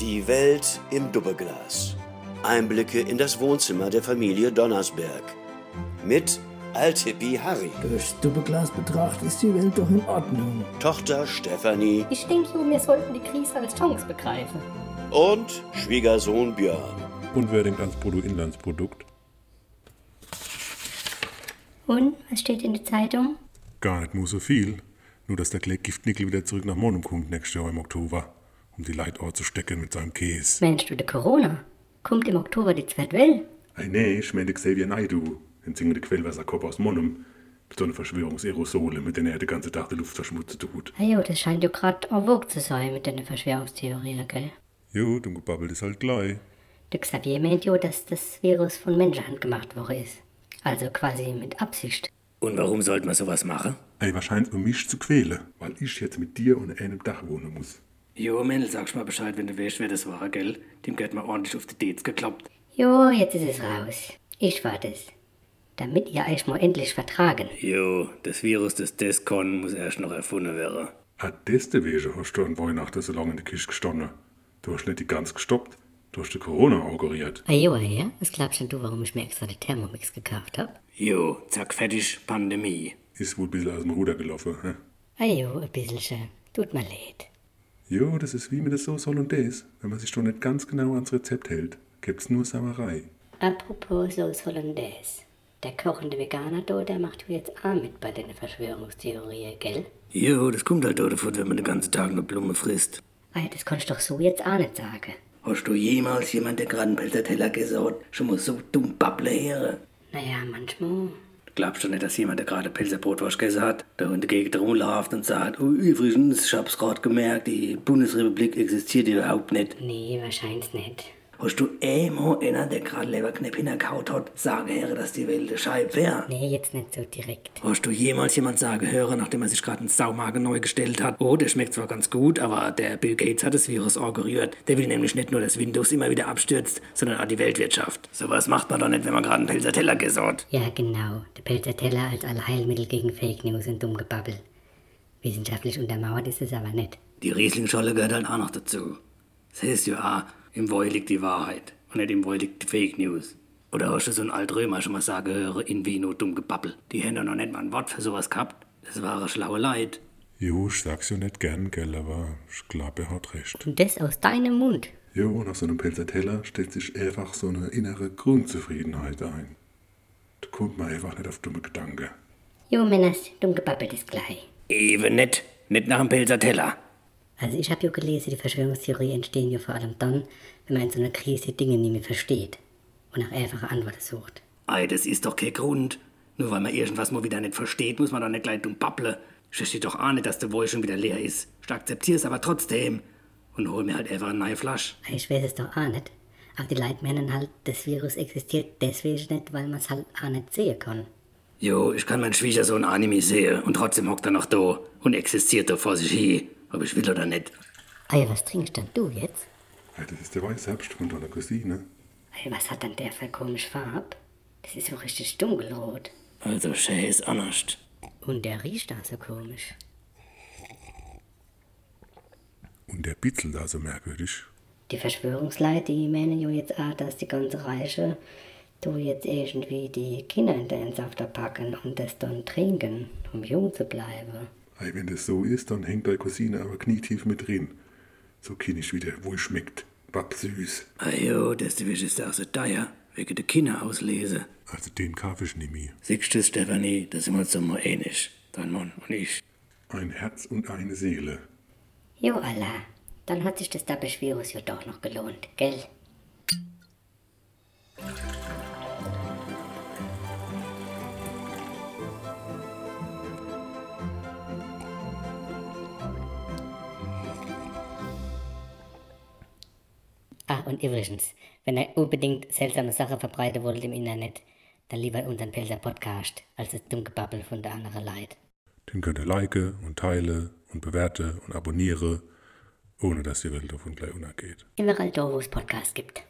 Die Welt im Doppelglas. Einblicke in das Wohnzimmer der Familie Donnersberg. Mit Altippi Harry, Durchs Doppelglas betrachtet ist die Welt doch in Ordnung. Tochter Stefanie Ich denke, wir sollten die Krise als Chance begreifen. und Schwiegersohn Björn. Und wer denkt ans Bruttoinlandsprodukt? Und, was steht in der Zeitung? Gar nicht nur so viel. Nur, dass der Kleck Giftnickel wieder zurück nach Monum kommt nächstes Jahr im Oktober, um die Leitort zu stecken mit seinem Käse. Mensch, du, der Corona. Kommt im Oktober die zweite Welle. Ei nee, ich meine Xavier Naidu, den singende Quellwasserkopf aus Monum, mit so einer Verschwörungserosole, mit denen er den ganzen Tag die Luft verschmutzen tut. Ah jo, das scheint ja gerade en vogue zu sein mit den Verschwörungstheorien, gell? Jo, dann gebabbelt ist halt gleich. Der Xavier meint ja, dass das Virus von Menschenhand gemacht worden ist. Also quasi mit Absicht. Und warum sollte man sowas machen? Ey, wahrscheinlich um mich zu quälen, weil ich jetzt mit dir unter einem Dach wohnen muss. Jo, Mendel, sagst mal Bescheid, wenn du weißt, wer das war, gell? Dem geht mal ordentlich auf die Dates gekloppt. Jo, jetzt ist es raus. Ich war das. Damit ihr euch mal endlich vertragen. Jo, das Virus des Descon muss erst noch erfunden werden. Ah, das der Wege hast du an Weihnachten so lange in der Küche gestanden. Du hast nicht die Gans gestoppt, du hast die Corona auguriert. Ah jo, ja? Was glaubst denn du, warum ich mir extra den Thermomix gekauft hab? Jo, zack, fertig, Pandemie. Ist wohl ein bisschen aus dem Ruder gelaufen, hä? Ah jo, ein bisschen. Tut mir leid. Jo, das ist wie mit der Sauce Hollandaise. Wenn man sich schon nicht ganz genau ans Rezept hält, gibt's nur Sauerei. Apropos Sauce Hollandaise. Der kochende Veganer da, der macht mir jetzt auch mit bei den Verschwörungstheorien, gell? Jo, das kommt halt auch davon, wenn man den ganzen Tag nur Blume frisst. Weil Ah das kannst du doch so jetzt auch nicht sagen. Hast du jemals jemand, der gerade einen Pilzerteller gegessen hat, schon mal so dumm babble her? Naja, manchmal. Glaubst du nicht, dass jemand, der gerade Pilzerbrotwurst gegessen hat, da in der Gegend rumläuft und sagt, oh, übrigens, ich hab's gerade gemerkt, die Bundesrepublik existiert überhaupt nicht. Nee, wahrscheinlich nicht. Hast du einmal einer, der gerade Leberknepp hinterkaut hat, sagen hören, dass die Welt eine Scheibe wäre? Nee, jetzt nicht so direkt. Hast du jemals jemand sagen hören, nachdem er sich gerade einen Saumagen neu gestellt hat? Oh, der schmeckt zwar ganz gut, aber der Bill Gates hat das Virus auch gerührt. Der will nämlich nicht nur, dass Windows immer wieder abstürzt, sondern auch die Weltwirtschaft. Sowas macht man doch nicht, wenn man gerade einen Pilzer Teller gesort. Ja, genau. Der Pelzerteller als Allheilmittel gegen Fake News und dumm Gebabbel. Wissenschaftlich untermauert ist es aber nicht. Die Rieslingscholle gehört halt auch noch dazu. Das heißt ja auch, im Woi liegt die Wahrheit und nicht im Woi liegt die Fake News. Oder hast du so einen Altrömer schon mal sagen höre, in Vino dumm gebabbel? Die hätten doch noch nicht mal ein Wort für sowas gehabt. Das war schlaue Leid. Jo, ich sag's ja nicht gern, gell, aber ich glaub, er hat recht. Und das aus deinem Mund. Jo, nach so einem Pilzerteller stellt sich einfach so eine innere Grundzufriedenheit ein. Da kommt man einfach nicht auf dumme Gedanken. Jo, Männers, dumm gebabbelt ist gleich. Eben nicht. Nicht nach dem Pilzer Teller. Also ich habe ja gelesen, die Verschwörungstheorien entstehen ja vor allem dann, wenn man in so einer Krise Dinge nicht mehr versteht und nach einfachen Antworten sucht. Ei, das ist doch kein Grund. Nur weil man irgendwas mal wieder nicht versteht, muss man doch nicht gleich dumm babble. Ich verstehe doch auch nicht, dass der Wohl schon wieder leer ist. Ich akzeptiere es aber trotzdem. Und hol mir halt einfach eine neue Flasche. Weil Also Ich weiß es doch auch nicht. Aber die Leute meinen halt, das Virus existiert deswegen nicht, weil man es halt auch nicht sehen kann. Jo, ich kann meinen Schwiegersohn Anime sehen und trotzdem hockt er noch da und existiert da vor sich hin, ob ich will oder nicht. Ey, Ah was trinkst denn du jetzt? Ey, das ist der Weißherbst von deiner Cousine. Ey, was hat denn der für komische Farbe? Das ist so richtig dunkelrot. Also, Shay ist anders. Und der riecht da so komisch. Und der bitzelt da so merkwürdig. Die Verschwörungsleute, die meinen ja jetzt auch, dass die ganze Reiche du jetzt irgendwie die Kinder in den Safter packen und das dann trinken, um jung zu bleiben. Ey, wenn das so ist, dann hängt deine Cousine aber knietief mit drin. So kindisch wie der wohl schmeckt. Babsüß. Ah jo, deswegen ist er auch so teuer, wegen der Kinder auslese. Also den kauf ich nicht mehr. Siehst du, Stefanie, da sind wir uns doch mal ähnlich, dein Mann und ich. Ein Herz und eine Seele. Jo, Allah, dann hat sich das Dabbisch-Virus ja doch noch gelohnt, gell? Ach, Ah, und übrigens, wenn ihr unbedingt seltsame Sachen verbreiten wollt im Internet, dann lieber unseren Pelzer Podcast als das Dummgebabbel von der anderen Leid. Den könnt ihr like und teile und bewerte und abonniere, ohne dass die Welt davon gleich untergeht. Überall da, wo es Podcasts gibt.